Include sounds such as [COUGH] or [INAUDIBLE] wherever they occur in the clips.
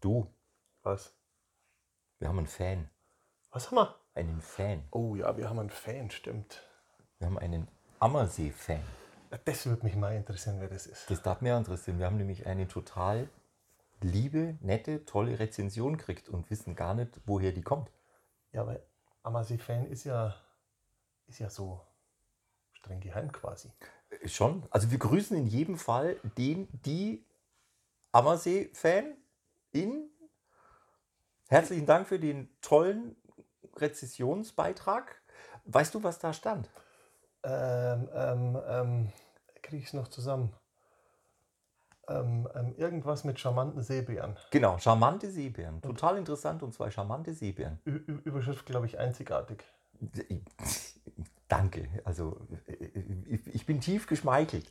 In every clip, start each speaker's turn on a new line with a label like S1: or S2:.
S1: Du,
S2: Was?
S1: wir haben einen Fan.
S2: Was haben wir?
S1: Einen Fan.
S2: Oh ja, wir haben einen Fan, stimmt.
S1: Wir haben einen Ammersee-Fan.
S2: Das würde mich mal interessieren, wer das ist.
S1: Das darf mir interessieren. Wir haben nämlich eine total liebe, nette, tolle Rezension gekriegt und wissen gar nicht, woher die kommt.
S2: Ja, weil Amasi-Fan ist ja, ist ja so streng geheim quasi.
S1: Schon. Also wir grüßen in jedem Fall den, die Ammersee-Fan in. Herzlichen Dank für den tollen Rezessionsbeitrag. Weißt du, was da stand?
S2: Ähm, ähm, ähm, kriege ich es noch zusammen? Ähm, ähm, irgendwas mit charmanten Seebären.
S1: Genau, charmante Seebären. Total interessant und zwei charmante Seebären. [LAUGHS]
S2: Ü Ü- Überschrift, glaube ich, einzigartig.
S1: Danke. Also ich ich bin tief geschmeichelt.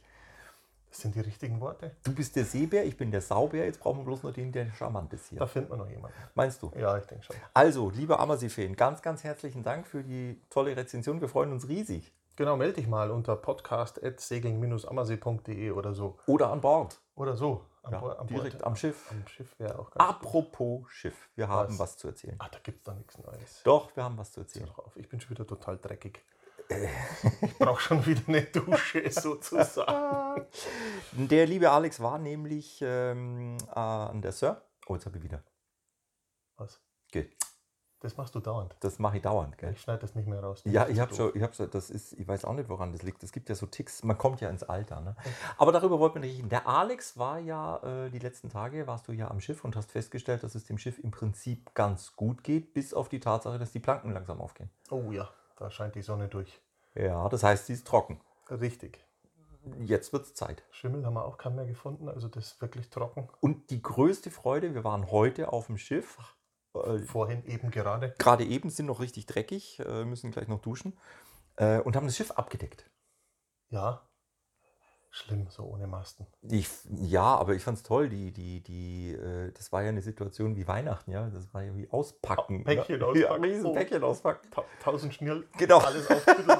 S2: Das sind die richtigen Worte.
S1: Du bist der Seebär, ich bin der Saubär. Jetzt brauchen wir bloß noch den, der charmant ist
S2: Da
S1: hier.
S2: findet man noch jemanden.
S1: Meinst du?
S2: Ja, ich denke schon.
S1: Also, liebe Ammersee-Fan, ganz, ganz herzlichen Dank für die tolle Rezension. Wir freuen uns riesig.
S2: Genau, melde dich mal unter podcast.segling-amasi.de oder so.
S1: Oder an Bord.
S2: Oder so. Am
S1: Ja,
S2: Bo- am
S1: direkt
S2: Bord.
S1: am Schiff.
S2: Am Schiff wäre auch ganz
S1: Apropos Schiff, wir haben was,
S2: Was?
S1: zu erzählen.
S2: Ah, da gibt es doch nichts Neues.
S1: Doch, wir haben was zu erzählen.
S2: Doch auf, Ich bin schon wieder total [LAUGHS] dreckig. Ich brauche schon wieder eine Dusche sozusagen.
S1: Der liebe Alex war nämlich ähm, äh, an der Sir. Oh, jetzt habe ich wieder.
S2: Was?
S1: Geht.
S2: Das machst du dauernd.
S1: Das mache ich dauernd, gell?
S2: Ich schneide das nicht mehr raus.
S1: Ja,
S2: Das
S1: ich
S2: ist
S1: habe
S2: doof.
S1: schon, ich habe schon, das ist, ich weiß auch nicht, woran das liegt. Es gibt ja so Ticks, man kommt ja ins Alter. Ne? Aber darüber wollten wir nicht reden. Der Alex war ja, äh, die letzten Tage warst du ja am Schiff und hast festgestellt, dass es dem Schiff im Prinzip ganz gut geht, bis auf die Tatsache, dass die Planken langsam aufgehen.
S2: Oh ja, da scheint die Sonne durch.
S1: Ja, das heißt, sie ist trocken.
S2: Richtig.
S1: Jetzt wird's Zeit.
S2: Schimmel haben wir auch keinen mehr gefunden. Also das ist wirklich trocken.
S1: Und die größte Freude, wir waren heute auf dem Schiff. Äh,
S2: Vorhin eben gerade.
S1: Gerade eben sind noch richtig dreckig, äh, müssen gleich noch duschen. Äh, und haben das Schiff abgedeckt.
S2: Ja. Schlimm, so ohne Masten.
S1: Ich, ja, aber ich fand's toll, die, die, die, äh, das war ja eine Situation wie Weihnachten, ja. Das war ja wie auspacken.
S2: Päckchen
S1: ne?
S2: auspacken.
S1: Ja, riesen
S2: Oh.
S1: Päckchen auspacken.
S2: Ta tausend Schnirl.
S1: Genau.
S2: Alles aufgebildet.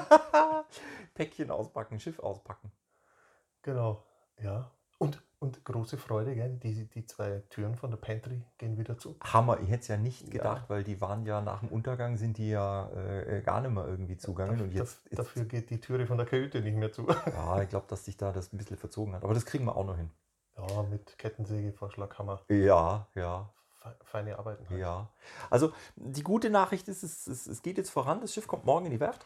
S1: [LAUGHS] Päckchen auspacken, Schiff auspacken.
S2: Genau, ja. Und, und große Freude, gell? Die, die zwei Türen von der Pantry gehen wieder zu.
S1: Hammer, ich hätte es ja nicht
S2: Ja.
S1: gedacht, weil die waren ja nach dem Untergang sind die ja äh, gar nicht mehr irgendwie zugangen. Und
S2: Daf-
S1: jetzt,
S2: daf- dafür geht die Türe von der Kajüte nicht mehr zu. [LAUGHS]
S1: ja, ich glaube, dass sich da das ein bisschen verzogen hat. Aber das kriegen wir auch noch hin.
S2: Ja, mit Kettensäge, Vorschlaghammer,
S1: Ja, ja,
S2: fe- feine Arbeiten. halt.
S1: ja. Also die gute Nachricht ist, es, es, es geht jetzt voran, das Schiff kommt morgen in die Werft.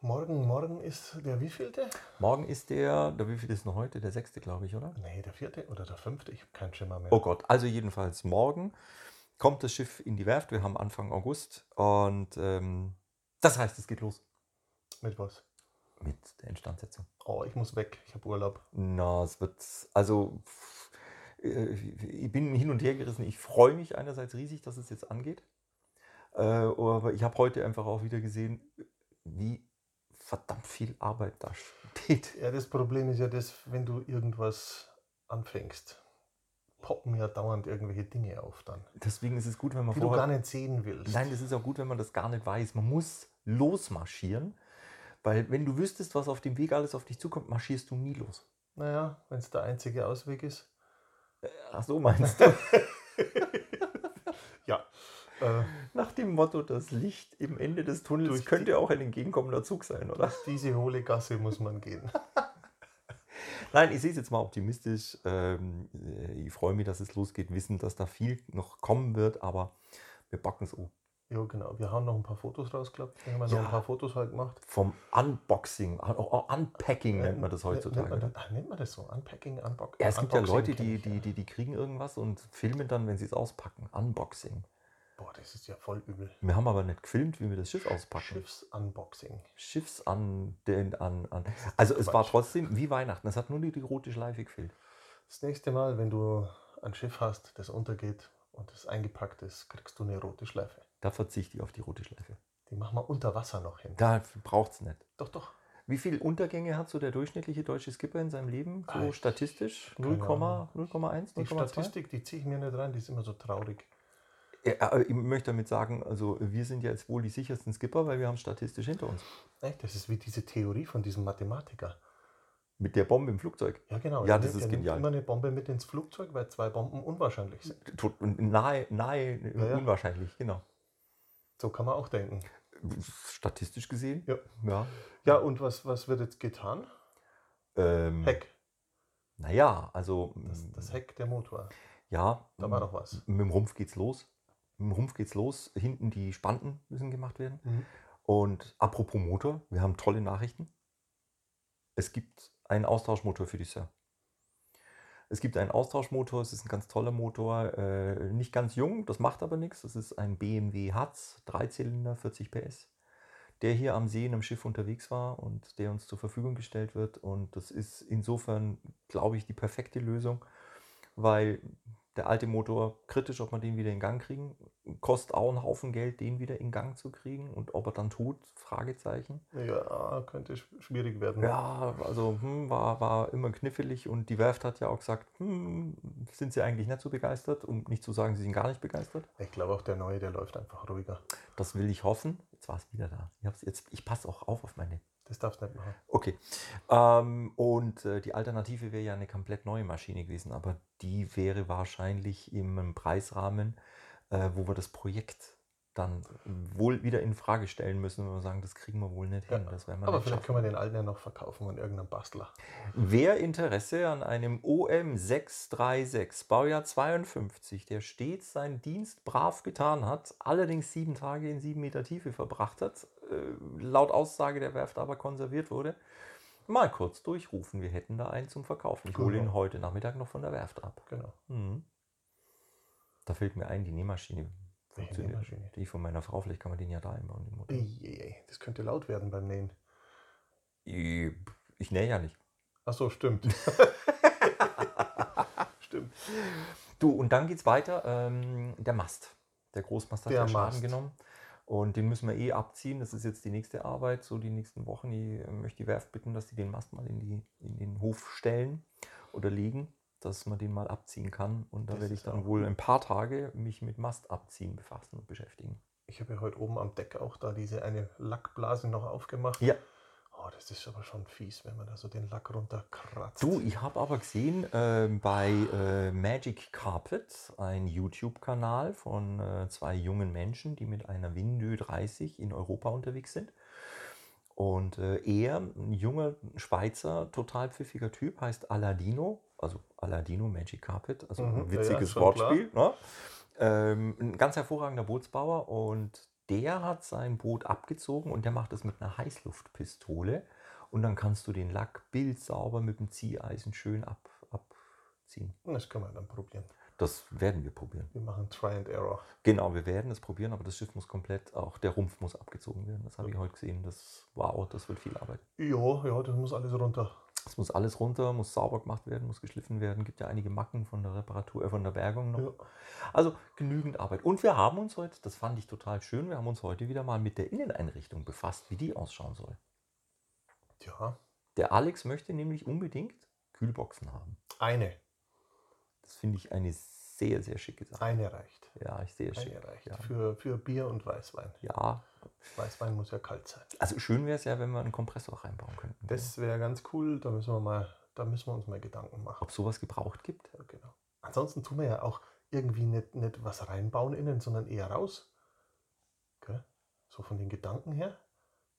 S2: Morgen, morgen ist der wievielte?
S1: Morgen ist der, der wie viel ist denn heute? Der sechste, glaube ich, oder?
S2: Nee, der vierte oder der fünfte, ich habe keinen Schimmer mehr.
S1: Oh Gott, also jedenfalls morgen kommt das Schiff in die Werft. Wir haben Anfang August und ähm, das heißt, es geht los
S2: Mit was?
S1: mit der Instandsetzung.
S2: Oh, ich muss weg, ich habe Urlaub.
S1: Na, es wird, also pff, äh, ich bin hin und her gerissen. Ich freue mich einerseits riesig, dass es jetzt angeht, äh, aber ich habe heute einfach auch wieder gesehen, wie verdammt viel Arbeit da steht. [LAUGHS]
S2: Ja, das Problem ist ja das, wenn du irgendwas anfängst, poppen ja dauernd irgendwelche Dinge auf dann,
S1: Deswegen ist es gut, wenn man
S2: die du gar nicht sehen willst.
S1: Nein, das ist auch gut, wenn man das gar nicht weiß. Man muss losmarschieren, weil wenn du wüsstest, was auf dem Weg alles auf dich zukommt, marschierst du nie los.
S2: Naja, wenn es der einzige Ausweg ist.
S1: Ach so meinst
S2: [LAUGHS]
S1: du?
S2: Ja. Äh,
S1: Nach dem Motto, das Licht im Ende des Tunnels
S2: Durch die-
S1: könnte auch ein entgegenkommender Zug sein, oder?
S2: diese hohle Gasse muss man gehen. [LAUGHS]
S1: Nein, ich sehe es jetzt mal optimistisch. Ähm, äh, ich freue mich, dass es losgeht, wissen, dass da viel noch kommen wird, aber wir backen es um.
S2: Ja, genau. Wir haben noch ein paar Fotos raus, glaube ich. Wir haben ja noch
S1: Ja.
S2: ein paar Fotos halt gemacht.
S1: Vom Unboxing, Un- oh, Unpacking nennt man das heutzutage.
S2: Nennt man
S1: ne?
S2: das, ach, nennt man das so? Unpacking, Unbox
S1: Ja, es gibt ja
S2: Unboxing
S1: Leute,
S2: kenn
S1: die,
S2: ich,
S1: die,
S2: ja.
S1: die, die kriegen irgendwas und filmen dann, wenn sie es auspacken. Unboxing.
S2: Boah, das ist ja voll übel.
S1: Wir haben aber nicht gefilmt, wie wir das Schiff auspacken.
S2: Schiffs-Unboxing.
S1: Schiffs an den an. an. Also es war
S2: Quatsch.
S1: trotzdem wie Weihnachten. Es hat nur die, die rote Schleife gefehlt.
S2: Das nächste Mal, wenn du ein Schiff hast, das untergeht und das eingepackt ist, kriegst du eine rote Schleife.
S1: Da verzichte ich auf die rote Schleife.
S2: Die machen wir unter Wasser noch hin.
S1: Da braucht es nicht.
S2: Doch, doch.
S1: Wie viele Untergänge hat so der durchschnittliche deutsche Skipper in seinem Leben? So
S2: Ah, ich-
S1: statistisch?
S2: keine
S1: 0,1,
S2: Ahnung.
S1: 0,1?
S2: Die
S1: 0,2?
S2: Statistik, die ziehe ich mir nicht rein, die ist immer so traurig.
S1: Ja, aber Ich möchte damit sagen, also wir sind ja jetzt wohl die sichersten Skipper, weil wir haben statistisch hinter uns.
S2: Echt, das ist wie diese Theorie von diesem Mathematiker.
S1: Mit der Bombe im Flugzeug.
S2: Ja, genau.
S1: Ja,
S2: Der
S1: das
S2: nimmt-
S1: ist
S2: der nimmt
S1: genial.
S2: immer eine Bombe mit ins Flugzeug, weil zwei Bomben unwahrscheinlich sind.
S1: Tot- Nahe, nahe,
S2: ja.
S1: unwahrscheinlich, genau.
S2: So kann man auch denken.
S1: Statistisch gesehen?
S2: Ja.
S1: Ja.
S2: Ja, und was, was wird jetzt getan?
S1: Ähm,
S2: Heck.
S1: Naja, also.
S2: Das, das Heck der Motor.
S1: Ja.
S2: Da war noch was.
S1: Mit dem Rumpf geht's los. Mit dem Rumpf geht's los. Hinten die Spanten müssen gemacht werden.
S2: Mhm.
S1: Und apropos Motor, wir haben tolle Nachrichten. Es gibt einen Austauschmotor für die Sir. Es gibt einen Austauschmotor, es ist ein ganz toller Motor, äh, nicht ganz jung, das macht aber nichts. Es ist ein BMW Hatz, Dreizylinder, 40 PS, der hier am See in einem Schiff unterwegs war und der uns zur Verfügung gestellt wird. Und das ist insofern, glaube ich, die perfekte Lösung, weil der alte Motor kritisch, ob man den wieder in Gang kriegen, kostet auch einen Haufen Geld, den wieder in Gang zu kriegen und ob er dann tut, Fragezeichen.
S2: Ja, könnte sch- schwierig werden.
S1: Ja, also hm, war, war immer knifflig und die Werft hat ja auch gesagt, hm, sind sie eigentlich nicht so begeistert, um nicht zu sagen, sie sind gar nicht begeistert.
S2: Ich glaube auch der neue, der läuft einfach ruhiger.
S1: Das will ich hoffen. Jetzt war es wieder da. Ich, hab's jetzt, ich passe auch auf auf meine.
S2: Das darfst du nicht machen.
S1: Okay. Ähm, und äh, die Alternative wäre ja eine komplett neue Maschine gewesen, aber die wäre wahrscheinlich im Preisrahmen, äh, wo wir das Projekt dann wohl wieder in Frage stellen müssen, wenn wir sagen, das kriegen wir wohl nicht hin.
S2: Ja,
S1: Das werden wir
S2: Aber
S1: nicht
S2: vielleicht
S1: schaffen.
S2: können wir den alten ja noch verkaufen an irgendeinen Bastler.
S1: Wer Interesse an einem OM636, Baujahr 52, der stets seinen Dienst brav getan hat, allerdings sieben Tage in sieben Meter Tiefe verbracht hat, äh, laut Aussage der Werft aber konserviert wurde, mal kurz durchrufen. Wir hätten da einen zum Verkaufen. Ich hole
S2: Genau.
S1: ihn heute Nachmittag noch von der Werft ab.
S2: Genau.
S1: Mhm. Da fällt mir ein, die Nähmaschine
S2: Welche
S1: funktioniert.
S2: Nähmaschine?
S1: Die von meiner Frau, vielleicht kann man den ja da einbauen. Den Motor.
S2: Eieiei, Das könnte laut werden beim Nähen.
S1: Ich, ich nähe ja nicht.
S2: Ach so, [LAUGHS] stimmt. stimmt.
S1: Du, und dann geht's weiter. Ähm, der Mast. Der Großmast hat
S2: Der
S1: ja Schaden
S2: Mast.
S1: genommen. Und den müssen wir eh abziehen. Das ist jetzt die nächste Arbeit. So die nächsten Wochen. Die äh, möchte die Werft bitten, dass die den Mast mal in, die, in den Hof stellen oder legen, dass man den mal abziehen kann. Und da
S2: Das
S1: werde ich
S2: ist
S1: dann
S2: auch-
S1: wohl ein paar Tage mich mit Mast abziehen befassen und beschäftigen.
S2: Ich habe ja heute oben am Deck auch da diese eine Lackblase noch aufgemacht.
S1: Ja.
S2: Oh, das ist aber schon fies, wenn man da so den Lack runterkratzt.
S1: Du, ich habe aber gesehen, ähm, bei äh, Magic Carpet, ein YouTube-Kanal von äh, zwei jungen Menschen, die mit einer Windö 30 in Europa unterwegs sind. Und äh, er, ein junger Schweizer, total pfiffiger Typ, heißt Aladino, also Aladino Magic Carpet, also
S2: Mhm,
S1: ein
S2: ja, ja,
S1: witziges
S2: schon
S1: Wortspiel. Ne? Ähm, ein ganz hervorragender Bootsbauer und der hat sein Boot abgezogen und der macht es mit einer Heißluftpistole. Und dann kannst du den Lack bildsauber mit dem Zieheisen schön ab, abziehen.
S2: Das können wir dann probieren.
S1: Das werden wir probieren.
S2: Wir machen Try and Error.
S1: Genau, wir werden es probieren, aber das Schiff muss komplett, auch der Rumpf muss abgezogen werden. Das habe ich heute gesehen. Das wow, das wird viel Arbeit.
S2: Ja, ja, das muss alles runter.
S1: Es muss alles runter, muss sauber gemacht werden, muss geschliffen werden. Gibt ja einige Macken von der Reparatur, äh, von der Bergung noch.
S2: Ja.
S1: Also genügend Arbeit. Und wir haben uns heute, das fand ich total schön, wir haben uns heute wieder mal mit der Inneneinrichtung befasst, wie die ausschauen soll.
S2: Tja,
S1: Der Alex möchte nämlich unbedingt Kühlboxen haben.
S2: eine.
S1: Das finde ich eine sehr, sehr schicke Sache.
S2: Eine reicht.
S1: Ja, ich sehe es schick.
S2: Eine reicht.
S1: Ja.
S2: Für, für Bier und Weißwein.
S1: Ja,
S2: Weißwein muss ja kalt sein.
S1: also schön wäre es ja, wenn wir einen Kompressor reinbauen könnten. gell?
S2: Das wäre ganz cool. Da müssen wir mal, da müssen wir uns mal Gedanken machen.
S1: Ob sowas gebraucht gibt?
S2: Ja, genau. Ansonsten tun wir ja auch irgendwie nicht, nicht was reinbauen innen, sondern eher raus. Gell? So von den Gedanken her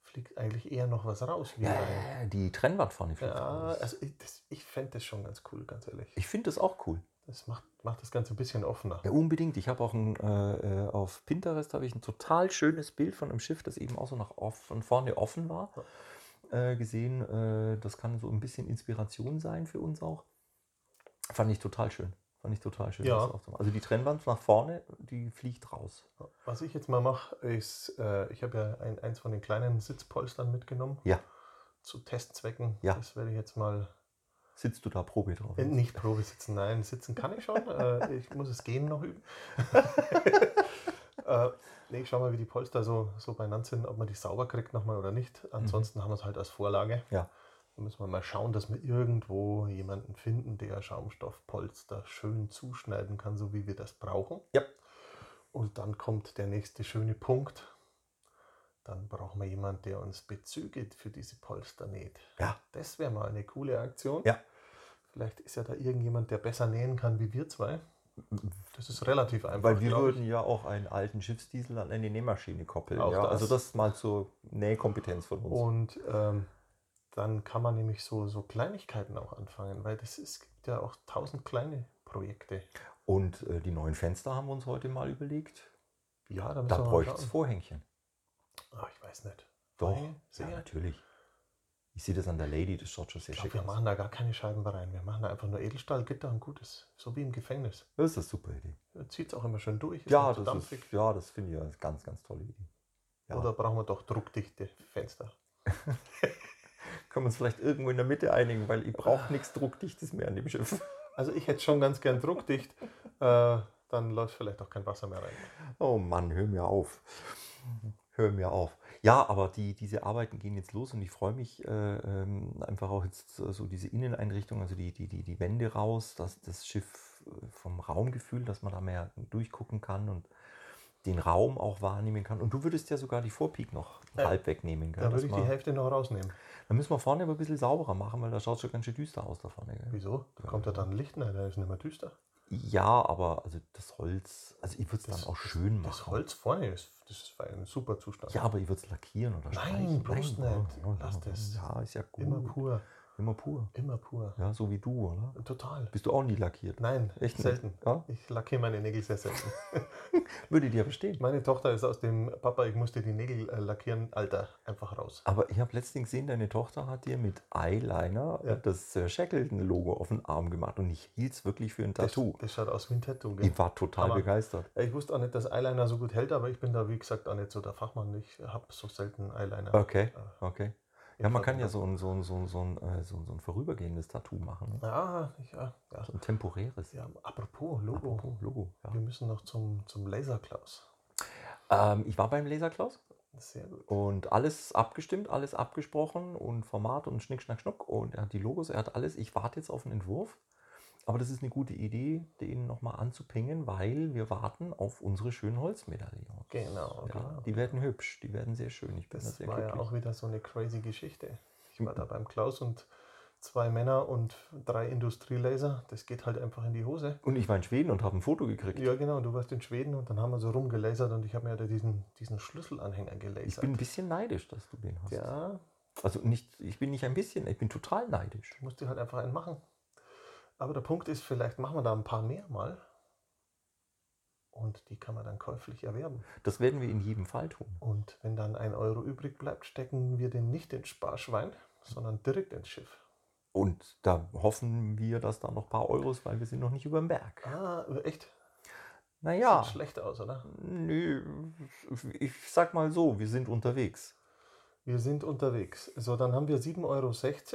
S2: fliegt eigentlich eher noch was raus. wie
S1: Ja,
S2: rein.
S1: ja, ja, die Trennwand vorne fliegt
S2: ja
S1: raus.
S2: also ich, das- ich fände das schon ganz cool, ganz ehrlich.
S1: ich finde das auch cool.
S2: Das macht, macht das Ganze ein bisschen offener.
S1: Ja, unbedingt. Ich habe auch ein, äh, äh, auf Pinterest habe ich ein total schönes Bild von einem Schiff, das eben auch so nach off, von vorne offen war, äh, gesehen. Äh, das kann so ein bisschen Inspiration sein für uns auch. Fand ich total schön. Fand ich total schön.
S2: Ja.
S1: das aufzumachen. also die Trennwand nach vorne, die fliegt raus.
S2: Was ich jetzt mal mache, ist, äh, ich habe ja ein, eins von den kleinen Sitzpolstern mitgenommen.
S1: Ja.
S2: Zu Testzwecken.
S1: Ja.
S2: Das werde ich jetzt mal
S1: sitzt du da Probe drauf?
S2: Äh, Nicht Probe sitzen, nein, sitzen kann ich schon.
S1: [LAUGHS]
S2: äh, ich muss das Gehen noch üben. äh, nee, ich schau mal, wie die Polster so, so beieinander sind, ob man die sauber kriegt nochmal oder nicht. Ansonsten haben wir es halt als Vorlage.
S1: Mhm. Ja.
S2: Da müssen wir mal schauen, dass wir irgendwo jemanden finden, der Schaumstoffpolster schön zuschneiden kann, so wie wir das brauchen.
S1: Ja.
S2: Und dann kommt der nächste schöne Punkt. Dann brauchen wir jemanden, der uns Bezüge für diese Polster näht.
S1: Ja.
S2: Das wäre mal eine coole Aktion.
S1: Ja.
S2: Vielleicht ist ja da irgendjemand, der besser nähen kann wie wir zwei. Das ist relativ einfach.
S1: Weil wir
S2: glaub ich.
S1: würden ja auch einen alten Schiffsdiesel an eine Nähmaschine koppeln.
S2: Auch
S1: Ja?
S2: das.
S1: Also das mal zur Nähkompetenz von uns.
S2: Und ähm, dann kann man nämlich so, so Kleinigkeiten auch anfangen, weil das ist, es gibt ja auch tausend kleine Projekte.
S1: Und äh, die neuen Fenster haben wir uns heute mal überlegt.
S2: Ja, da müssen
S1: Da
S2: wir mal
S1: bräuchte es
S2: schauen.
S1: Vorhängchen.
S2: Ah, ich weiß nicht.
S1: Doch,
S2: Vorhänge? Sehr.
S1: ja, natürlich. Ich sehe das an der Lady, das schaut schon sehr
S2: Ich
S1: schick
S2: glaube, wir
S1: aus.
S2: machen da gar keine Scheiben rein. Wir machen da einfach nur Edelstahlgitter und gutes. So wie im Gefängnis.
S1: Das ist eine super Idee.
S2: Zieht es auch immer schön durch. ist
S1: Ja
S2: nicht so
S1: das, ist, ja, das finde ich eine ganz, ganz tolle Idee. Ja.
S2: Oder brauchen wir doch druckdichte Fenster?
S1: Können wir uns vielleicht irgendwo in der Mitte einigen, weil ich
S2: Ah.
S1: brauche nichts Druckdichtes mehr an dem Schiff.
S2: Also ich hätte schon ganz gern
S1: [LAUGHS]
S2: druckdicht. äh, dann läuft vielleicht auch kein Wasser mehr rein.
S1: Oh Mann, hör mir auf. Hör mir auf. Ja, aber die, diese Arbeiten gehen jetzt los und ich freue mich äh, ähm, einfach auch jetzt so so diese Inneneinrichtung, also die, die, die, die Wände raus, dass das Schiff äh, vom Raumgefühl, dass man da mehr durchgucken kann und den Raum auch wahrnehmen kann. Und du würdest ja sogar die Vorpeak noch
S2: Ja.
S1: halb wegnehmen. Gell?
S2: Äh, Da
S1: dass
S2: würde ich die
S1: man-
S2: Hälfte noch rausnehmen.
S1: da müssen wir vorne aber ein bisschen sauberer machen, weil da schaut schon ganz schön düster aus da vorne. Gell?
S2: Wieso? Da kommt ja dann Licht rein, dann ist nicht mehr düster.
S1: Ja, aber also das Holz, also ich würde es
S2: Das-
S1: dann auch schön machen.
S2: Das Holz vorne ist, das ist ein super Zustand.
S1: Ja, aber ich würde es lackieren oder
S2: Nein,
S1: streichen.
S2: bloß nicht.
S1: ja,
S2: Lass
S1: ja,
S2: das.
S1: Ja, ist ja gut.
S2: Immer pur,
S1: Immer pur.
S2: immer pur.
S1: Ja, so wie du, oder?
S2: Total.
S1: Bist du auch nie lackiert?
S2: Nein,
S1: Echt nicht?
S2: selten.
S1: Ja?
S2: Ich lackiere meine Nägel
S1: [LAUGHS]
S2: sehr selten.
S1: Würde dir verstehen.
S2: meine Tochter ist aus dem Papa, ich musste die Nägel äh, lackieren, Alter, einfach raus.
S1: Aber ich habe letztens gesehen, deine Tochter hat dir mit Eyeliner
S2: Ja.
S1: das äh, Shackleton-Logo auf den Arm gemacht und ich hielt es wirklich für ein Tattoo.
S2: Das, das schaut aus wie ein Tattoo. Gell?
S1: Ich war total
S2: Aber-
S1: begeistert.
S2: Ja, Ich wusste auch nicht, dass Eyeliner so gut hält, aber ich bin da, wie gesagt, auch nicht so der Fachmann. Ich habe so selten Eyeliner.
S1: Okay,
S2: Äh,
S1: okay.
S2: in
S1: Ja, man kann ja
S2: Verbindung.
S1: so ein, so ein, so ein, so ein, äh, so ein, so ein vorübergehendes Tattoo machen. Ne?
S2: Ja, ja, ja.
S1: So ein temporäres.
S2: ja apropos Logo.
S1: Apropos Logo ja.
S2: Wir müssen noch zum, zum Laserklaus.
S1: Ähm, ich war beim Laserklaus
S2: Sehr gut.
S1: und alles abgestimmt, alles abgesprochen und Format und Schnick, Schnack, Schnuck und er hat die Logos, er hat alles. Ich warte jetzt auf einen Entwurf, aber das ist eine gute Idee, den nochmal anzupingen, weil wir warten auf unsere schönen Holzmedaillons.
S2: Genau,
S1: Ja,
S2: genau.
S1: die werden hübsch, die werden sehr schön. Ich bin da
S2: Das
S1: sehr
S2: war ja
S1: glücklich.
S2: auch wieder so eine crazy Geschichte. Ich war da beim Klaus und zwei Männer und drei Industrielaser. Das geht halt einfach in die Hose.
S1: Und ich war in Schweden und habe ein Foto gekriegt.
S2: Ja, genau. Du warst in Schweden und dann haben wir so rumgelasert und ich habe mir da diesen, diesen Schlüsselanhänger
S1: ich
S2: gelasert.
S1: bin ein bisschen neidisch, dass du den hast.
S2: ja,
S1: Also nicht, ich bin nicht ein bisschen, ich bin total neidisch.
S2: du musst dir halt einfach einen machen. Aber der Punkt ist, vielleicht machen wir da ein paar mehr mal. Und die kann man dann käuflich erwerben.
S1: Das werden wir in jedem Fall tun.
S2: Und wenn dann ein Euro übrig bleibt, stecken wir den nicht ins Sparschwein, sondern direkt ins Schiff.
S1: Und da hoffen wir, dass da noch ein paar Euros, weil wir sind noch nicht über dem Berg.
S2: Ah, echt?
S1: Naja,
S2: Sieht schlecht aus, oder?
S1: nö, ich sag mal so, wir sind unterwegs.
S2: Wir sind unterwegs. So, dann haben wir 7,60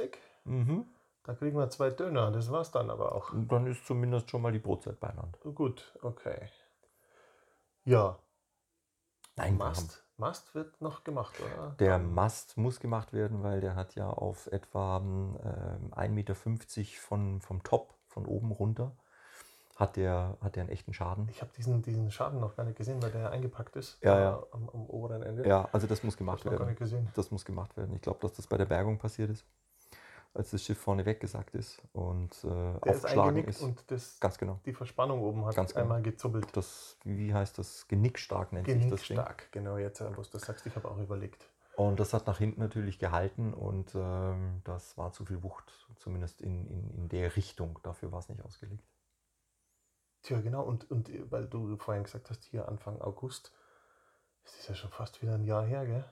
S2: Euro.
S1: Mhm.
S2: Da kriegen wir zwei Döner. Das war's dann aber auch.
S1: Und dann ist zumindest schon mal die Brotzeit beieinander.
S2: Gut, okay. Ja,
S1: Nein, wir haben-
S2: Mast. Mast wird noch gemacht, oder?
S1: der Mast muss gemacht werden, weil der hat ja auf etwa ähm, 1,50 Meter von, vom Top, von oben runter, hat der, hat der einen echten Schaden.
S2: Ich habe diesen, diesen Schaden noch gar nicht gesehen, weil der ja eingepackt ist.
S1: Ja,
S2: da
S1: ja.
S2: Am, am oberen Ende.
S1: Ja, also das muss
S2: Hab's
S1: gemacht
S2: noch gar
S1: werden.
S2: nicht gesehen.
S1: das muss gemacht werden. Ich glaube, dass das bei der Bergung passiert ist, als das Schiff vorne weggesackt ist und äh,
S2: Der ist
S1: aufgeschlagen
S2: eingenickt
S1: ist.
S2: und das,
S1: Ganz genau.
S2: die Verspannung oben hat
S1: Ganz genau.
S2: einmal gezuppelt.
S1: Das, wie heißt das? Genickstark nennt sich das Ding.
S2: stark. Genau, jetzt, wo du das sagst, ich habe auch überlegt.
S1: Und das hat nach hinten natürlich gehalten und ähm, das war zu viel Wucht, zumindest in, in, in der Richtung. Dafür war es nicht ausgelegt.
S2: Tja, genau. Und, und äh, weil du vorhin gesagt hast, hier Anfang August, es ist ja schon fast wieder ein Jahr her, gell?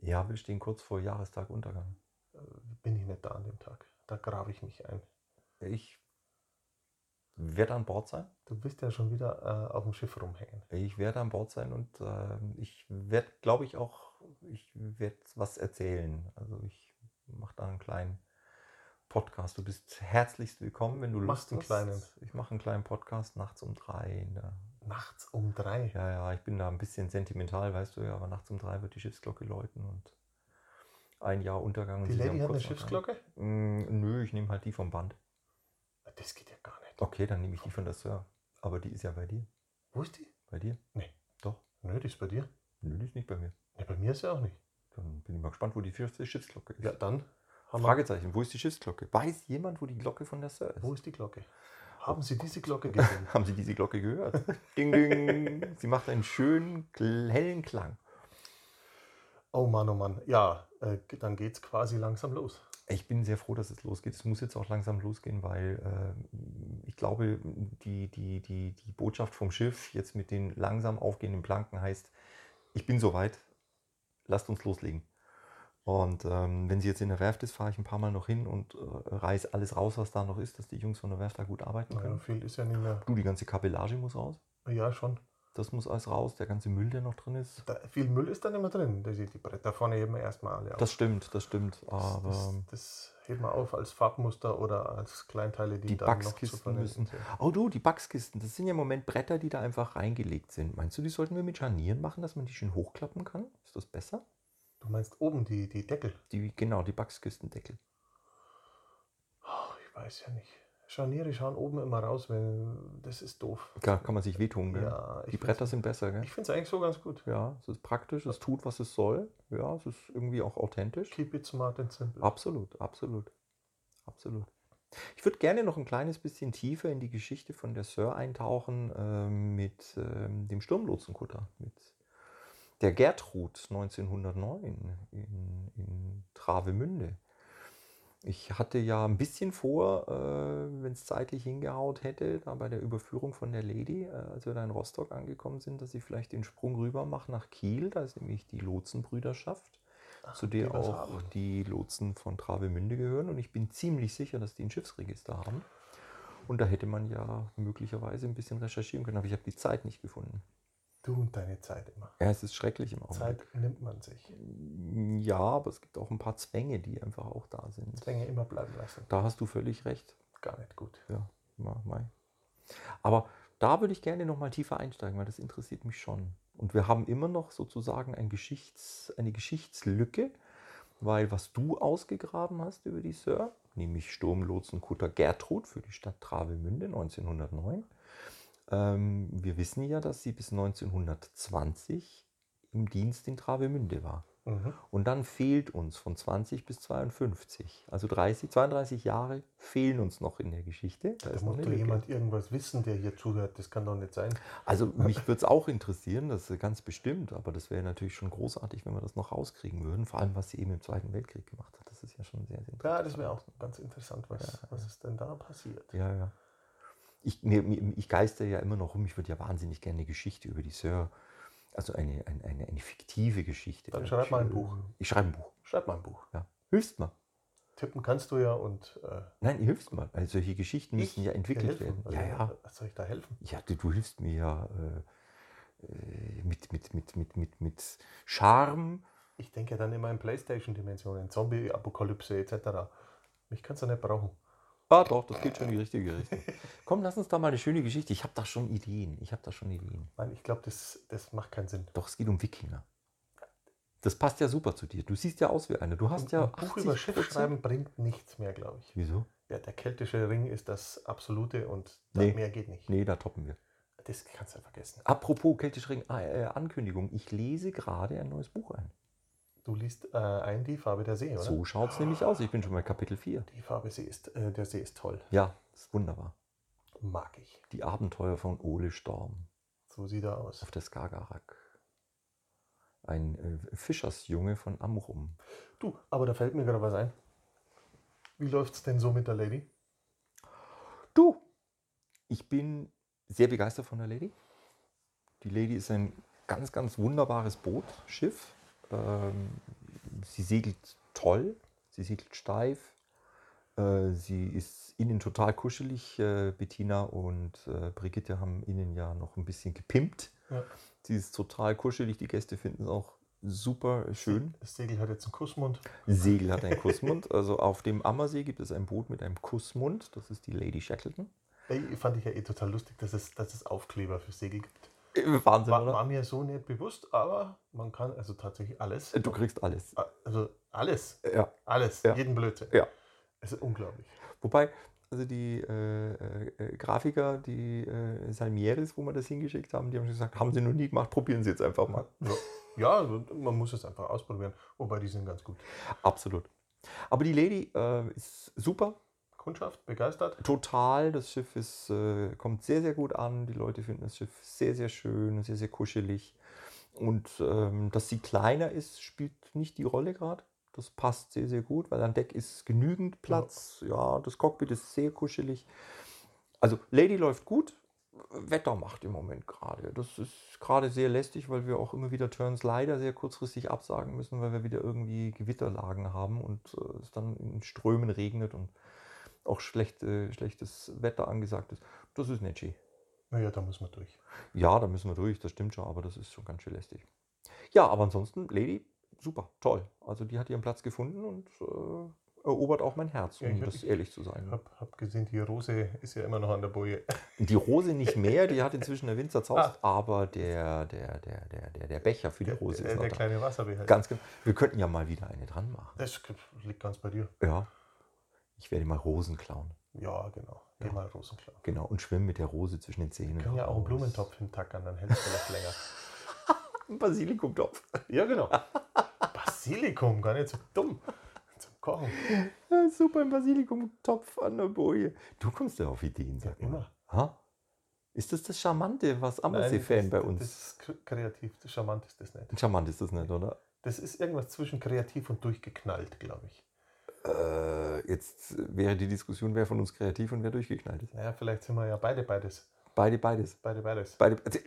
S1: Ja, wir stehen kurz vor Jahrestag Untergang.
S2: Äh, Bin ich nicht da an dem Tag. Da grabe ich mich ein.
S1: Ich werde an Bord sein.
S2: Du bist ja schon wieder äh, auf dem Schiff rumhängen.
S1: Ich werde an Bord sein und ähm, ich werde, glaube ich, auch, ich werde was erzählen. Also ich mache da einen kleinen Podcast. Du bist herzlichst willkommen, wenn du
S2: Machst
S1: Lust
S2: einen
S1: hast. Ich mache einen kleinen Podcast nachts um drei. In der
S2: Nachts um drei.
S1: ja, ja, ich bin da ein bisschen sentimental, weißt du ja, aber nachts um drei wird die Schiffsglocke läuten und ein Jahr Untergang. und
S2: Die
S1: sie
S2: Lady
S1: sagen
S2: hat eine
S1: kurz nach
S2: Schiffsglocke?
S1: einem. Mm, nö, ich nehme halt die vom Band.
S2: Das geht ja gar nicht.
S1: Okay, dann nehme ich die von der Sir. Aber die ist ja bei dir.
S2: Wo ist die?
S1: Bei dir?
S2: Nö, die ist bei dir.
S1: Nö, die ist nicht bei mir.
S2: Ja, bei mir ist sie auch nicht.
S1: Dann bin ich mal gespannt, wo die vierte Schiffsglocke ist.
S2: Ja, dann haben wir.
S1: Fragezeichen, wo ist die Schiffsglocke? Weiß jemand, wo die Glocke von der Sir ist?
S2: Wo ist die Glocke? Haben Sie diese Glocke
S1: [LAUGHS]
S2: gesehen?
S1: Haben Sie diese Glocke
S2: [LAUGHS]
S1: gehört? ding, ding. Sie macht einen schönen, kl- hellen Klang.
S2: oh Mann, oh Mann. Ja, äh, dann geht's quasi langsam los.
S1: Ich bin sehr froh, dass es losgeht. Es muss jetzt auch langsam losgehen, weil ähm, ich glaube, die, die, die, die Botschaft vom Schiff jetzt mit den langsam aufgehenden Planken heißt, ich bin soweit, lasst uns loslegen. Und ähm, wenn sie jetzt in der Werft ist, fahre ich ein paar Mal noch hin und äh, reiß alles raus, was da noch ist, dass die Jungs von der Werft da gut arbeiten
S2: Naja,
S1: können.
S2: viel ist ja nicht mehr.
S1: Du, die ganze Kabellage muss raus.
S2: Ja, schon.
S1: Das muss alles raus, der ganze Müll, der noch drin ist.
S2: Da, viel Müll ist da nicht mehr drin. Die, die Bretter vorne heben wir erstmal alle auf.
S1: Das stimmt, das stimmt.
S2: Das-
S1: Aber
S2: das, das heben wir auf als Farbmuster oder als Kleinteile, die,
S1: Die
S2: dann noch zu
S1: Backskisten
S2: verwenden
S1: müssen.
S2: sind.
S1: Oh du, die Backskisten, das sind ja im Moment Bretter, die da einfach reingelegt sind. Meinst du, die sollten wir mit Scharnieren machen, dass man die schön hochklappen kann? Ist das besser?
S2: Du meinst oben die, die Deckel?
S1: Die, genau, die Backskistendeckel.
S2: Oh, ich weiß ja nicht. Scharniere schauen oben immer raus, wenn das ist doof.
S1: Da kann man sich wehtun, gell?
S2: Ja, ich
S1: die Bretter sind besser, gell?
S2: Ich finde es eigentlich so ganz gut.
S1: Ja, es ist praktisch, es tut, was es soll. Ja, es ist irgendwie auch authentisch.
S2: Keep it smart and simple.
S1: Absolut, absolut. Absolut. Ich würde gerne noch ein kleines bisschen tiefer in die Geschichte von der Sir eintauchen ähm, mit ähm, dem Sturmlotsenkutter, mit der Gertrud 1909 in, in Travemünde. Ich hatte ja ein bisschen vor, äh, wenn es zeitlich hingehaut hätte, da bei der Überführung von der Lady, äh, als wir da in Rostock angekommen sind, dass ich vielleicht den Sprung rüber mache nach Kiel. Da ist nämlich die Lotsenbrüderschaft, zu
S2: die
S1: der
S2: was
S1: auch
S2: haben.
S1: die Lotsen von Travemünde gehören. Und ich bin ziemlich sicher, dass die ein Schiffsregister haben. Und da hätte man ja möglicherweise ein bisschen recherchieren können, aber ich habe die Zeit nicht gefunden.
S2: Du und deine Zeit immer.
S1: Ja, es ist schrecklich im Augenblick.
S2: Zeit nimmt man sich.
S1: Ja, aber es gibt auch ein paar Zwänge, die einfach auch da sind.
S2: Zwänge immer bleiben lassen.
S1: Da hast du völlig recht.
S2: Gar nicht gut.
S1: Ja, ma- mei. Aber da würde ich gerne nochmal tiefer einsteigen, weil das interessiert mich schon. Und wir haben immer noch sozusagen ein Geschichts-, eine Geschichtslücke, weil was du ausgegraben hast über die Sir, nämlich Sturmlotsenkutter Gertrud für die Stadt Travemünde 1909. Ähm, wir wissen ja, dass sie bis 1920 im Dienst in Travemünde war.
S2: Mhm.
S1: Und dann fehlt uns von 20 bis 52, also 30, 32 Jahre fehlen uns noch in der Geschichte. Da
S2: Da
S1: ist noch
S2: muss
S1: eine
S2: doch
S1: Lücke.
S2: jemand irgendwas wissen, der hier zuhört. Das kann doch nicht sein. [LAUGHS]
S1: Also mich würde es auch interessieren, das ist ganz bestimmt, aber das wäre natürlich schon großartig, wenn wir das noch rauskriegen würden, vor allem was sie eben im Zweiten Weltkrieg gemacht hat. Das ist ja schon sehr, sehr
S2: Ja,
S1: interessant.
S2: das wäre auch ganz interessant, was, was ist denn da passiert.
S1: Ja, ja. Ich, mir, mir, ich geister ja immer noch rum, ich würde ja wahnsinnig gerne eine Geschichte über die Sir, also eine, eine, eine, eine fiktive Geschichte.
S2: Dann schreib mal ein Buch.
S1: Ich schreibe ein Buch,
S2: Schreib mal ein Buch.
S1: ja. Hilfst mal.
S2: Tippen kannst du ja und äh,
S1: Nein, ihr hilfst mal. Also solche Geschichten müssen ja
S2: dir
S1: entwickelt
S2: helfen.
S1: werden.
S2: Also,
S1: ja, ja.
S2: Was soll ich da helfen?
S1: Ja, du, du hilfst mir ja äh, äh, mit, mit, mit, mit, mit, mit Charme.
S2: Ich denke ja dann immer in Playstation-Dimensionen, Zombie, Apokalypse etc. Mich kannst du nicht brauchen.
S1: Ah, doch, das geht schon in die richtige
S2: [LAUGHS]
S1: Richtung. Komm, lass uns da mal eine schöne Geschichte. Ich habe da schon Ideen. Ich habe da schon Ideen.
S2: Nein, ich glaube, das, das macht keinen Sinn.
S1: Doch, es geht um Wikinger. Das passt ja super zu dir. Du siehst ja aus wie einer. Du hast ja
S2: ein Buch über Schiff
S1: 80%
S2: schreiben bringt nichts mehr, glaube ich.
S1: Wieso?
S2: Ja, der keltische Ring ist das Absolute und da
S1: Nee.
S2: mehr geht nicht.
S1: Nee, da toppen wir.
S2: Das kannst du ja vergessen.
S1: Apropos Keltisch Ring, ah, äh, Ankündigung. Ich lese gerade ein neues Buch ein.
S2: Du liest äh, ein die Farbe der See, oder?
S1: So schaut
S2: Ah.
S1: es nämlich aus. Ich bin schon bei Kapitel 4.
S2: Die Farbe See ist, äh, der See ist toll.
S1: Ja, ist wunderbar.
S2: Mag ich.
S1: Die Abenteuer von Ole Storm
S2: So sieht er aus.
S1: auf der Skagerrak. Ein äh, Fischersjunge von Amrum.
S2: Du, aber da fällt mir gerade was ein. Wie läuft's denn so mit der Lady?
S1: Du! Ich bin sehr begeistert von der Lady. Die Lady ist ein ganz, ganz wunderbares Boot, Schiff. Ähm, sie segelt toll, sie segelt steif. Äh, Sie ist innen total kuschelig. Äh, Bettina und äh, Brigitte haben innen ja noch ein bisschen gepimpt.
S2: Ja.
S1: Sie ist total kuschelig, die Gäste finden es auch super schön.
S2: Das Segel hat jetzt einen Kussmund.
S1: Segel hat einen Kussmund. Also auf dem Ammersee gibt es ein Boot mit einem Kussmund. Das ist die Lady Shackleton.
S2: Ey, fand ich ja eh total lustig, dass es, dass es Aufkleber für Segel gibt.
S1: Äh, Wahnsinn,
S2: War,
S1: oder?
S2: war mir so nicht bewusst, aber man kann also tatsächlich alles.
S1: Du kriegst alles.
S2: A- Also alles,
S1: Ja.
S2: alles,
S1: Äh. Ja.
S2: jeden Blödsinn.
S1: Ja.
S2: Es ist unglaublich.
S1: Wobei, also die äh, äh, Grafiker, die äh, Salmieris, wo wir das hingeschickt haben, die haben schon gesagt, haben sie noch nie gemacht, probieren sie jetzt einfach mal.
S2: Ja, ja also man muss es einfach ausprobieren. Wobei die sind ganz gut.
S1: Absolut. Aber die Lady äh, ist super,
S2: Kundschaft begeistert.
S1: total. Das Schiff ist, äh, kommt sehr, sehr gut an. Die Leute finden das Schiff sehr, sehr schön, sehr, sehr kuschelig. Und ähm, dass sie kleiner ist, spielt nicht die Rolle gerade. Das passt sehr, sehr gut, weil an Deck ist genügend Platz. Ja, das Cockpit ist sehr kuschelig. Also Lady läuft gut. Wetter macht im Moment gerade. Das ist gerade sehr lästig, weil wir auch immer wieder Turns leider sehr kurzfristig absagen müssen, weil wir wieder irgendwie Gewitterlagen haben und äh, es dann in Strömen regnet und auch schlecht, äh, schlechtes Wetter angesagt ist. Das ist nicht schön.
S2: Naja, da muss man durch.
S1: Mhm. Ja, da müssen wir durch, das stimmt schon, aber das ist schon ganz schön lästig. Ja, aber ansonsten, Lady, super, toll. Also die hat ihren Platz gefunden und äh, erobert auch mein Herz,
S2: Ja,
S1: um
S2: ich-
S1: das
S2: ich-
S1: ehrlich zu sein.
S2: Hab, hab gesehen, die Rose ist ja immer noch an der Boje.
S1: Die Rose nicht mehr, die hat inzwischen der Wind zerzaust,
S2: Ah.
S1: aber der, der, der, der, der, der Becher für die Rose
S2: der,
S1: ist
S2: der
S1: noch da.
S2: kleine Wasserbehälter.
S1: Ganz genau. Wir könnten ja mal wieder eine dran machen.
S2: das liegt ganz bei dir.
S1: Ja. Ich werde mal Rosen klauen.
S2: Ja, genau. Geh mal Rosenklau.
S1: Genau. Und schwimmen mit der Rose zwischen den Zähnen.
S2: Wir können ja auch einen
S1: raus.
S2: Blumentopf hintackern, dann hält es vielleicht
S1: [LAUGHS]
S2: länger.
S1: Ein Basilikumtopf.
S2: Ja, genau. Basilikum, gar nicht so dumm. Zum Kochen.
S1: Ja, Super im Basilikumtopf an der Boje. Du kommst ja auf Ideen, sag
S2: Ja,
S1: mal.
S2: immer.
S1: Ha? Ist das das Charmante, was
S2: das-
S1: Ammersee-Fan bei uns?
S2: Das ist k- kreativ, das charmant ist das nicht.
S1: Charmant ist das nicht, oder?
S2: Das ist irgendwas zwischen kreativ und durchgeknallt, glaube ich.
S1: Äh, jetzt wäre die Diskussion, wer von uns kreativ und wer durchgeknallt ist.
S2: Naja, vielleicht sind wir ja beide beides.
S1: Beide, beides.
S2: Beide beides.
S1: Beide, [LAUGHS] also,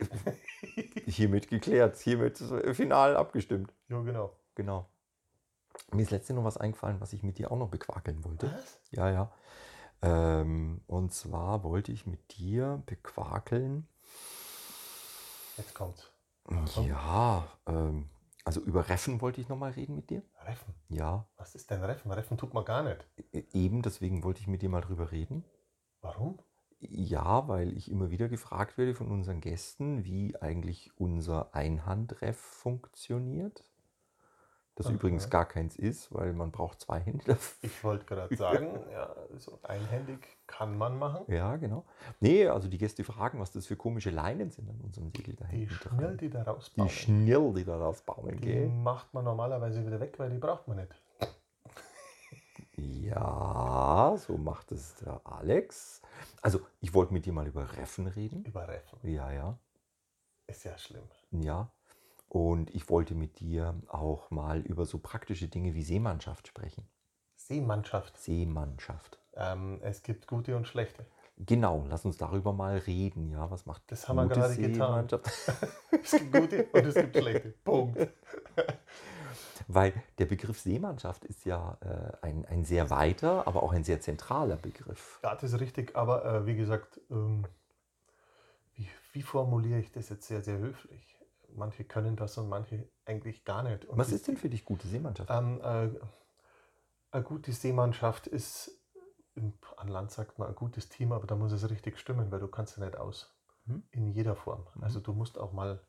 S1: hiermit geklärt, hiermit final abgestimmt.
S2: Ja, genau.
S1: Genau. Mir ist letztens noch was eingefallen, was ich mit dir auch noch bequakeln wollte.
S2: Was?
S1: Ja, ja. Ähm, und zwar wollte ich mit dir bequakeln,
S2: Jetzt kommt's.
S1: Also? Ja, ähm, also über Reffen wollte ich nochmal reden mit dir.
S2: Reffen.
S1: Ja,
S2: Was ist denn Reffen? Reffen tut man gar nicht.
S1: e- eben deswegen wollte ich mit dir mal drüber reden.
S2: Warum?
S1: Ja, weil ich immer wieder gefragt werde von unseren Gästen, wie eigentlich unser Einhandreff funktioniert. Das
S2: Aha.
S1: übrigens gar keins ist, weil man braucht zwei Hände dafür.
S2: Ich wollte gerade sagen,
S1: [LAUGHS]
S2: ja, so einhändig kann man machen.
S1: Ja, genau. Nee, also die Gäste fragen, was das für komische Leinen sind an unserem Segel da
S2: Die
S1: hinten
S2: Schnirl,
S1: dran.
S2: die da
S1: Die
S2: rausbauen, die,
S1: Schnirl, die da rausbauen, gell?
S2: macht man normalerweise wieder weg, weil die braucht man nicht.
S1: Ja, so macht es der Alex. Also, ich wollte mit dir mal über Reffen reden.
S2: Über Reffen.
S1: Ja, ja,
S2: Ist ja schlimm.
S1: ja. Und ich wollte mit dir auch mal über so praktische Dinge wie Seemannschaft sprechen.
S2: Seemannschaft.
S1: Seemannschaft.
S2: Ähm, es gibt gute und schlechte.
S1: Genau, lass uns darüber mal reden, ja. Was macht
S2: Das haben wir
S1: gute
S2: gerade getan.
S1: Seemannschaft?
S2: [LAUGHS]
S1: [LAUGHS]
S2: Es gibt gute und es gibt schlechte. Punkt.
S1: Weil der Begriff Seemannschaft ist ja äh, ein, ein sehr weiter, aber auch ein sehr zentraler Begriff.
S2: Ja, das ist richtig, aber äh, wie gesagt, ähm, wie, wie formuliere ich das jetzt sehr, sehr höflich? Manche können das und manche eigentlich gar nicht. Und
S1: Was
S2: die-
S1: ist denn für dich gute Seemannschaft?
S2: Ähm, äh, eine gute Seemannschaft ist, im- an Land sagt man, ein gutes Team, aber da muss es richtig stimmen, weil du kannst ja nicht aus.
S1: Mhm.
S2: In jeder Form.
S1: Mhm.
S2: Also du musst auch mal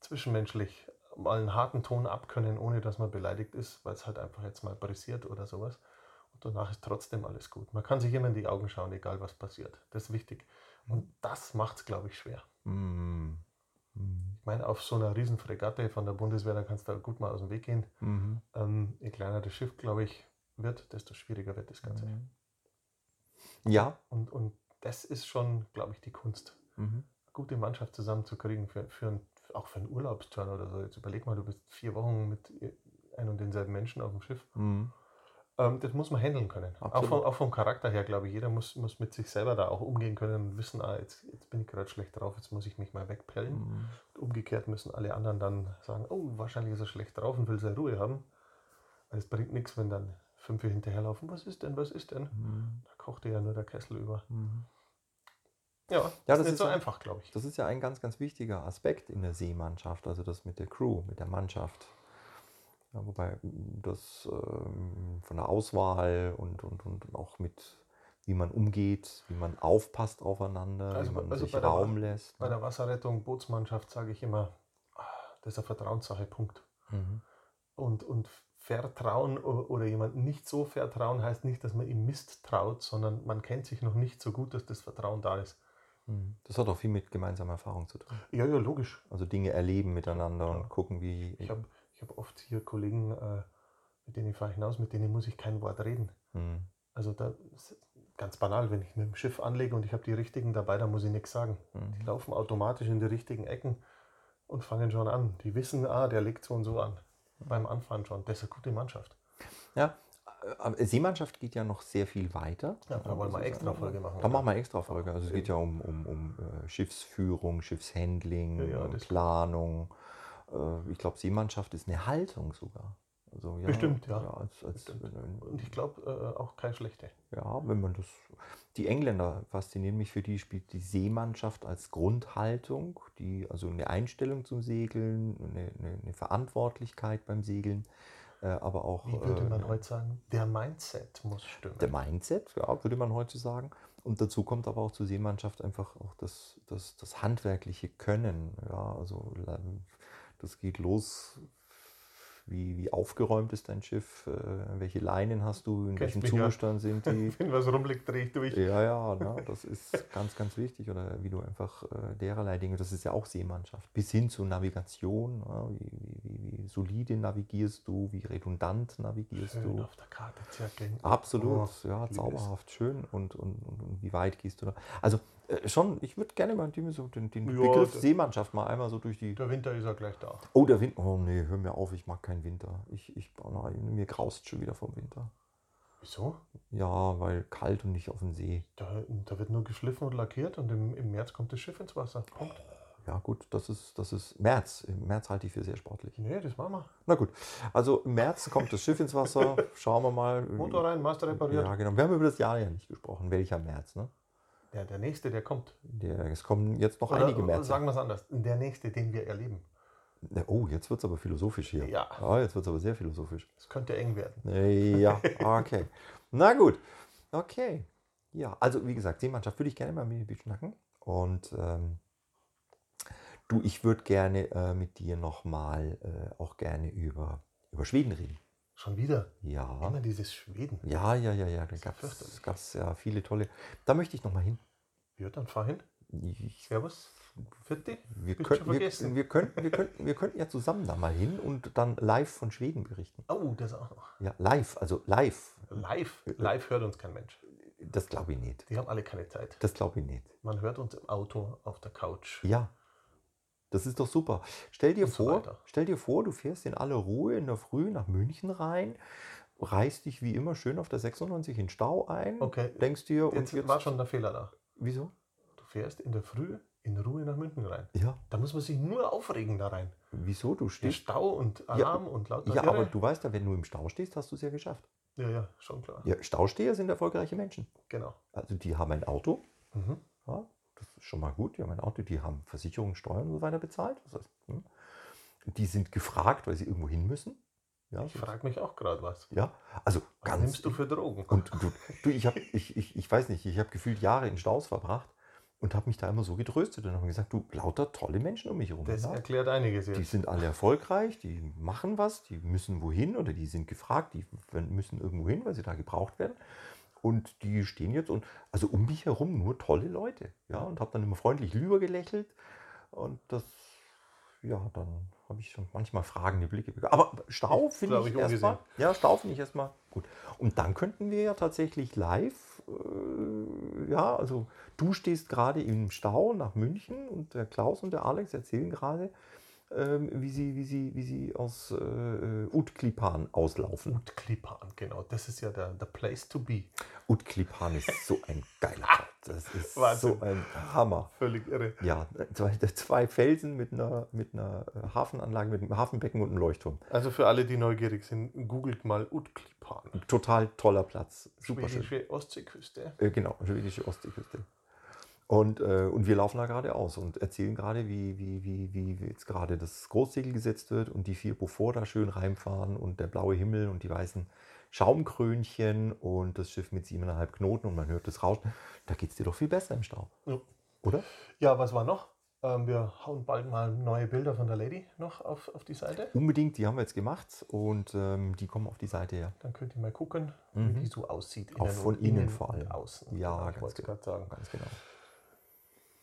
S2: zwischenmenschlich mal einen harten Ton abkönnen, ohne dass man beleidigt ist, weil es halt einfach jetzt mal brisiert oder sowas. Und danach ist trotzdem alles gut. Man kann sich immer in die Augen schauen, egal was passiert. Das ist wichtig. Und das macht es, glaube ich, schwer.
S1: Mm. Mm.
S2: Ich meine, auf so einer riesen Fregatte von der Bundeswehr, da kannst du halt gut mal aus dem Weg gehen.
S1: Mhm.
S2: Ähm, je kleiner das Schiff, glaube ich, wird, desto schwieriger wird das Ganze.
S1: Mhm. Ja.
S2: Und, und das ist schon, glaube ich, die Kunst, eine gute Mannschaft zusammenzukriegen, für, für ein, auch für einen Urlaubsturn oder so. Jetzt überleg mal, du bist vier Wochen mit ein und denselben Menschen auf dem Schiff.
S1: Mhm.
S2: Ähm, das muss man handeln können. Auch
S1: Absolut.
S2: vom, auch vom Charakter her, glaube ich. Jeder muss, muss mit sich selber da auch umgehen können und wissen, ah, jetzt, jetzt bin ich gerade schlecht drauf, jetzt muss ich mich mal wegpellen.
S1: Mhm.
S2: Umgekehrt müssen alle anderen dann sagen, oh, wahrscheinlich ist er schlecht drauf und will seine Ruhe haben. Weil es bringt nichts, wenn dann fünf hinterherlaufen, was ist denn, was ist denn?
S1: Mhm.
S2: Da kochte ja nur der Kessel über.
S1: Mhm.
S2: Ja,
S1: das
S2: nicht
S1: ist
S2: so
S1: ein-
S2: einfach, glaube ich.
S1: Das ist ja ein ganz, ganz wichtiger Aspekt in der Seemannschaft, also das mit der Crew, mit der Mannschaft. Ja, wobei das ähm, von der Auswahl und, und, und auch mit, wie man umgeht, wie man aufpasst aufeinander,
S2: Also
S1: wie
S2: bei-
S1: man
S2: also
S1: sich
S2: bei der
S1: Raum
S2: Wa-
S1: lässt.
S2: Bei
S1: ne?
S2: der Wasserrettung, Bootsmannschaft sage ich immer, ah, das ist eine Vertrauenssache, Punkt.
S1: Mhm.
S2: Und, und vertrauen o- oder jemand nicht so vertrauen heißt nicht, dass man ihm misstraut, sondern man kennt sich noch nicht so gut, dass das Vertrauen da ist.
S1: Mhm. Das hat auch viel mit gemeinsamer Erfahrung zu tun.
S2: Ja, ja, logisch.
S1: Also Dinge erleben miteinander
S2: Ja.
S1: und gucken, wie.
S2: Ich habe ich hab oft hier Kollegen, äh, mit denen fahre ich hinaus, mit denen muss ich kein Wort reden.
S1: Mhm.
S2: Also da ist ganz banal, wenn ich mit dem Schiff anlege und ich habe die richtigen dabei, dann muss ich nichts sagen.
S1: Mhm.
S2: Die laufen automatisch in die richtigen Ecken und fangen schon an. Die wissen, ah, der legt so und so an. Beim Anfahren schon. Das ist eine gute Mannschaft.
S1: Ja, aber Seemannschaft geht ja noch sehr viel weiter.
S2: Ja, da wollen wir
S1: Das ist
S2: extra
S1: ein-
S2: Folge machen.
S1: Da machen wir extra Folge. Also es
S2: Eben.
S1: geht ja um, um, um äh, Schiffsführung, Schiffshandling,
S2: Ja, ja,
S1: um
S2: das-
S1: Planung. Äh, Ich glaube, Seemannschaft ist eine Haltung sogar. Also, ja,
S2: Bestimmt, ja.
S1: als, als,
S2: Bestimmt.
S1: wenn-
S2: Und ich glaube, äh, auch keine schlechte.
S1: ja, wenn man das. Die Engländer faszinieren mich, für die spielt die Seemannschaft als Grundhaltung, die, also eine Einstellung zum Segeln, eine, eine, eine Verantwortlichkeit beim Segeln, äh, aber auch.
S2: Wie würde
S1: äh,
S2: man heute sagen? Der Mindset muss stimmen.
S1: der Mindset, ja, würde man heute sagen. Und dazu kommt aber auch zur Seemannschaft einfach auch das, das, das handwerkliche Können. Ja, also ähm, das geht los, wie, wie aufgeräumt ist dein Schiff, äh, welche Leinen hast du, in
S2: Kennst
S1: welchem
S2: mich ja.
S1: Zustand
S2: [LAUGHS]
S1: sind die.
S2: [LAUGHS] Wenn was rumliegt, drehe ich durch.
S1: Ja, ja, ne, das ist ganz, ganz wichtig. Oder wie du einfach äh, dererlei Dinge, das ist ja auch Seemannschaft, bis hin zu Navigation. Ja, wie, wie, wie, wie solide navigierst du, wie redundant navigierst
S2: Schön
S1: du.
S2: auf der Karte zirkeln.
S1: Absolut,
S2: Oh,
S1: ja,
S2: ich liebe
S1: zauberhaft, schön. Und, und, und, und wie weit gehst du da? Also äh, schon, ich würde gerne mal die- so den, den
S2: Ja,
S1: Begriff
S2: das-
S1: Seemannschaft mal einmal so durch die.
S2: Der Winter ist ja gleich da.
S1: Oh, der Wind. Oh nee, hör mir auf, ich mag keinen Winter. Ich, ich, oh nein, mir graust schon wieder vom Winter.
S2: Wieso?
S1: Ja, weil kalt und nicht auf dem See.
S2: Da, da wird nur geschliffen und lackiert und im, im März kommt das Schiff ins Wasser. Punkt.
S1: Ja, gut, das ist, das ist März. Im März halte ich für sehr sportlich.
S2: Nee, das machen wir.
S1: Na gut, also im März kommt das Schiff ins
S2: [LAUGHS]
S1: Wasser. Schauen wir mal. äh,
S2: Motor rein, Master repariert.
S1: Ja, genau. Wir haben über das Jahr ja nicht gesprochen. Welcher März, ne?
S2: Der, der nächste, der kommt.
S1: Der, es kommen jetzt noch
S2: Oder
S1: einige März.
S2: sagen wir es anders. Der nächste, den wir erleben.
S1: Na, Oh, jetzt wird es aber philosophisch hier.
S2: Ja.
S1: Ah, jetzt wird es aber sehr philosophisch.
S2: Es könnte eng werden. [LAUGHS]
S1: Ja, okay. Na gut. Okay. Ja, also wie gesagt, Seemannschaft würde ich gerne mal mit dir schnacken. Und ähm, du, ich würde gerne äh, mit dir nochmal äh, auch gerne über, über Schweden reden.
S2: Schon wieder.
S1: Ja.
S2: Immer dieses Schweden.
S1: Ja, ja, ja, ja. Da
S2: ist ja
S1: gab
S2: fürchterlich.
S1: es ja viele tolle. Da möchte ich nochmal hin.
S2: Ja, dann fahr hin.
S1: Ich,
S2: Servus. Fitti.
S1: wir,
S2: Bist
S1: könnten,
S2: schon
S1: wir,
S2: vergessen.
S1: wir, könnten, wir, könnten, wir könnten ja zusammen da mal hin und dann live von Schweden berichten.
S2: Oh, das auch noch.
S1: Ja, live, also live.
S2: Live. Live hört uns kein Mensch.
S1: Das glaube ich nicht.
S2: Die haben alle keine Zeit.
S1: Das glaube ich nicht.
S2: Man hört uns im Auto, auf der Couch.
S1: Ja. Das ist doch super. Stell dir,
S2: Und so
S1: vor,
S2: weiter.
S1: stell dir vor, du fährst in aller Ruhe in der Früh nach München rein, reißt dich wie immer schön auf der 96 in Stau ein,
S2: Okay.
S1: denkst dir, und
S2: Jetzt war schon der Fehler da.
S1: Wieso?
S2: Du fährst in der Früh in Ruhe nach München rein.
S1: Ja,
S2: Da muss man sich nur aufregen da rein.
S1: wieso? Du
S2: Der
S1: stehst.
S2: Stau und Alarm und lauter
S1: Ja, aber
S2: Irre.
S1: du weißt ja, wenn du im Stau stehst, hast du es ja geschafft.
S2: Ja, ja, schon klar.
S1: Ja, Stausteher sind erfolgreiche Menschen.
S2: Genau.
S1: Also die haben ein Auto,
S2: Mhm.
S1: ja, das ist schon mal gut, die haben ein Auto, die haben Versicherungen, Steuern und so weiter bezahlt. Das heißt, hm, die sind gefragt, weil sie irgendwo hin müssen. Ja,
S2: Ich
S1: so-
S2: frage mich auch gerade was.
S1: ja also
S2: Was
S1: ganz
S2: nimmst du für Drogen?
S1: Und du, du ich, hab, ich, ich, ich weiß nicht, ich habe gefühlt Jahre in Staus verbracht und habe mich da immer so getröstet und habe gesagt, du, lauter tolle Menschen um mich herum.
S2: das
S1: Ja?
S2: erklärt einiges
S1: Die
S2: jetzt.
S1: sind alle erfolgreich, die machen was, die müssen wohin oder die sind gefragt, die müssen irgendwo hin, weil sie da gebraucht werden. Und die stehen jetzt und also um mich herum nur tolle Leute. Ja, und habe dann immer freundlich rüber gelächelt. Und das, ja, dann habe ich schon manchmal fragende Blicke bekommen. Aber Stau
S2: Ich
S1: finde
S2: glaub,
S1: ich,
S2: ich
S1: erstmal.
S2: ungesehen.
S1: Ja, Stau finde ich erstmal gut. Und dann könnten wir ja tatsächlich live, äh, ja, also du stehst gerade im Stau nach München und der Klaus und der Alex erzählen gerade, ähm, wie, sie, wie, sie, wie sie aus äh, Utklipan auslaufen.
S2: Und Klippern, genau. Das ist ja der, der Place to be.
S1: Utklipan ist so ein geiler Ort. Das ist
S2: Wahnsinn.
S1: so ein Hammer.
S2: Völlig irre.
S1: Ja, zwei, zwei Felsen mit einer, mit einer äh, Hafenanlage, mit einem Hafenbecken und einem Leuchtturm.
S2: Also für alle, die neugierig sind, googelt mal Utklippern.
S1: Total toller Platz. Super schön.
S2: Schwedische Ostseeküste.
S1: Äh, genau, schwedische Ostseeküste. Und, äh, und wir laufen da gerade aus und erzählen gerade, wie, wie, wie, wie jetzt gerade das Großsegel gesetzt wird und die vier Beaufort da schön reinfahren und der blaue Himmel und die weißen Schaumkrönchen und das Schiff mit siebeneinhalb Knoten und man hört das Rauschen. Da geht es dir doch viel besser im Staub,
S2: Ja.
S1: oder?
S2: Ja, was war noch? Ähm, wir hauen bald mal neue Bilder von der Lady noch auf, auf die Seite.
S1: Unbedingt, die haben wir jetzt gemacht und ähm, die kommen auf die Seite her.
S2: Dann könnt ihr mal gucken,
S1: Mhm.
S2: wie die so aussieht.
S1: Auch
S2: innen
S1: von
S2: und-
S1: innen
S2: innen
S1: vor allem.
S2: und Außen.
S1: Ja,
S2: Genau, ich
S1: ganz
S2: wollte
S1: genau.
S2: gerade sagen.
S1: Ganz genau.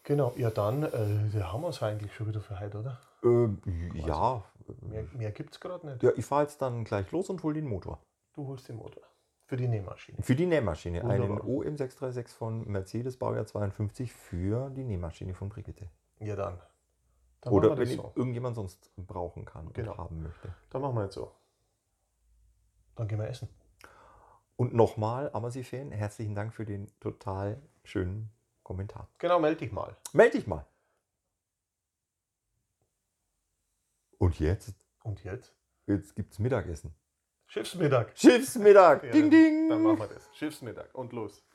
S2: Genau, ja dann, äh, wir haben uns eigentlich schon wieder für heute, oder?
S1: Ähm, ja,
S2: Mehr,
S1: Mhm.
S2: mehr gibt es gerade nicht.
S1: ja, ich fahre jetzt dann gleich los und hole den Motor.
S2: Du holst den Motor für die Nähmaschine.
S1: Für die Nähmaschine, einen
S2: Wunderbar.
S1: OM636 von Mercedes, Baujahr 52, für die Nähmaschine von Brigitte.
S2: Ja dann. Dann
S1: Oder
S2: machen wir
S1: wenn
S2: das
S1: ihn
S2: so.
S1: irgendjemand sonst brauchen kann
S2: Genau.
S1: und haben möchte.
S2: Dann machen wir jetzt so. Dann gehen wir essen.
S1: Und nochmal, Amazifan, herzlichen Dank für den total schönen Kommentar.
S2: Genau, melde dich mal.
S1: Meld dich mal! Und jetzt?
S2: Und jetzt?
S1: Jetzt gibt's Mittagessen.
S2: Schiffsmittag.
S1: Schiffsmittag!
S2: Ja,
S1: ding,
S2: dann-
S1: ding!
S2: Dann machen wir das. Schiffsmittag und los.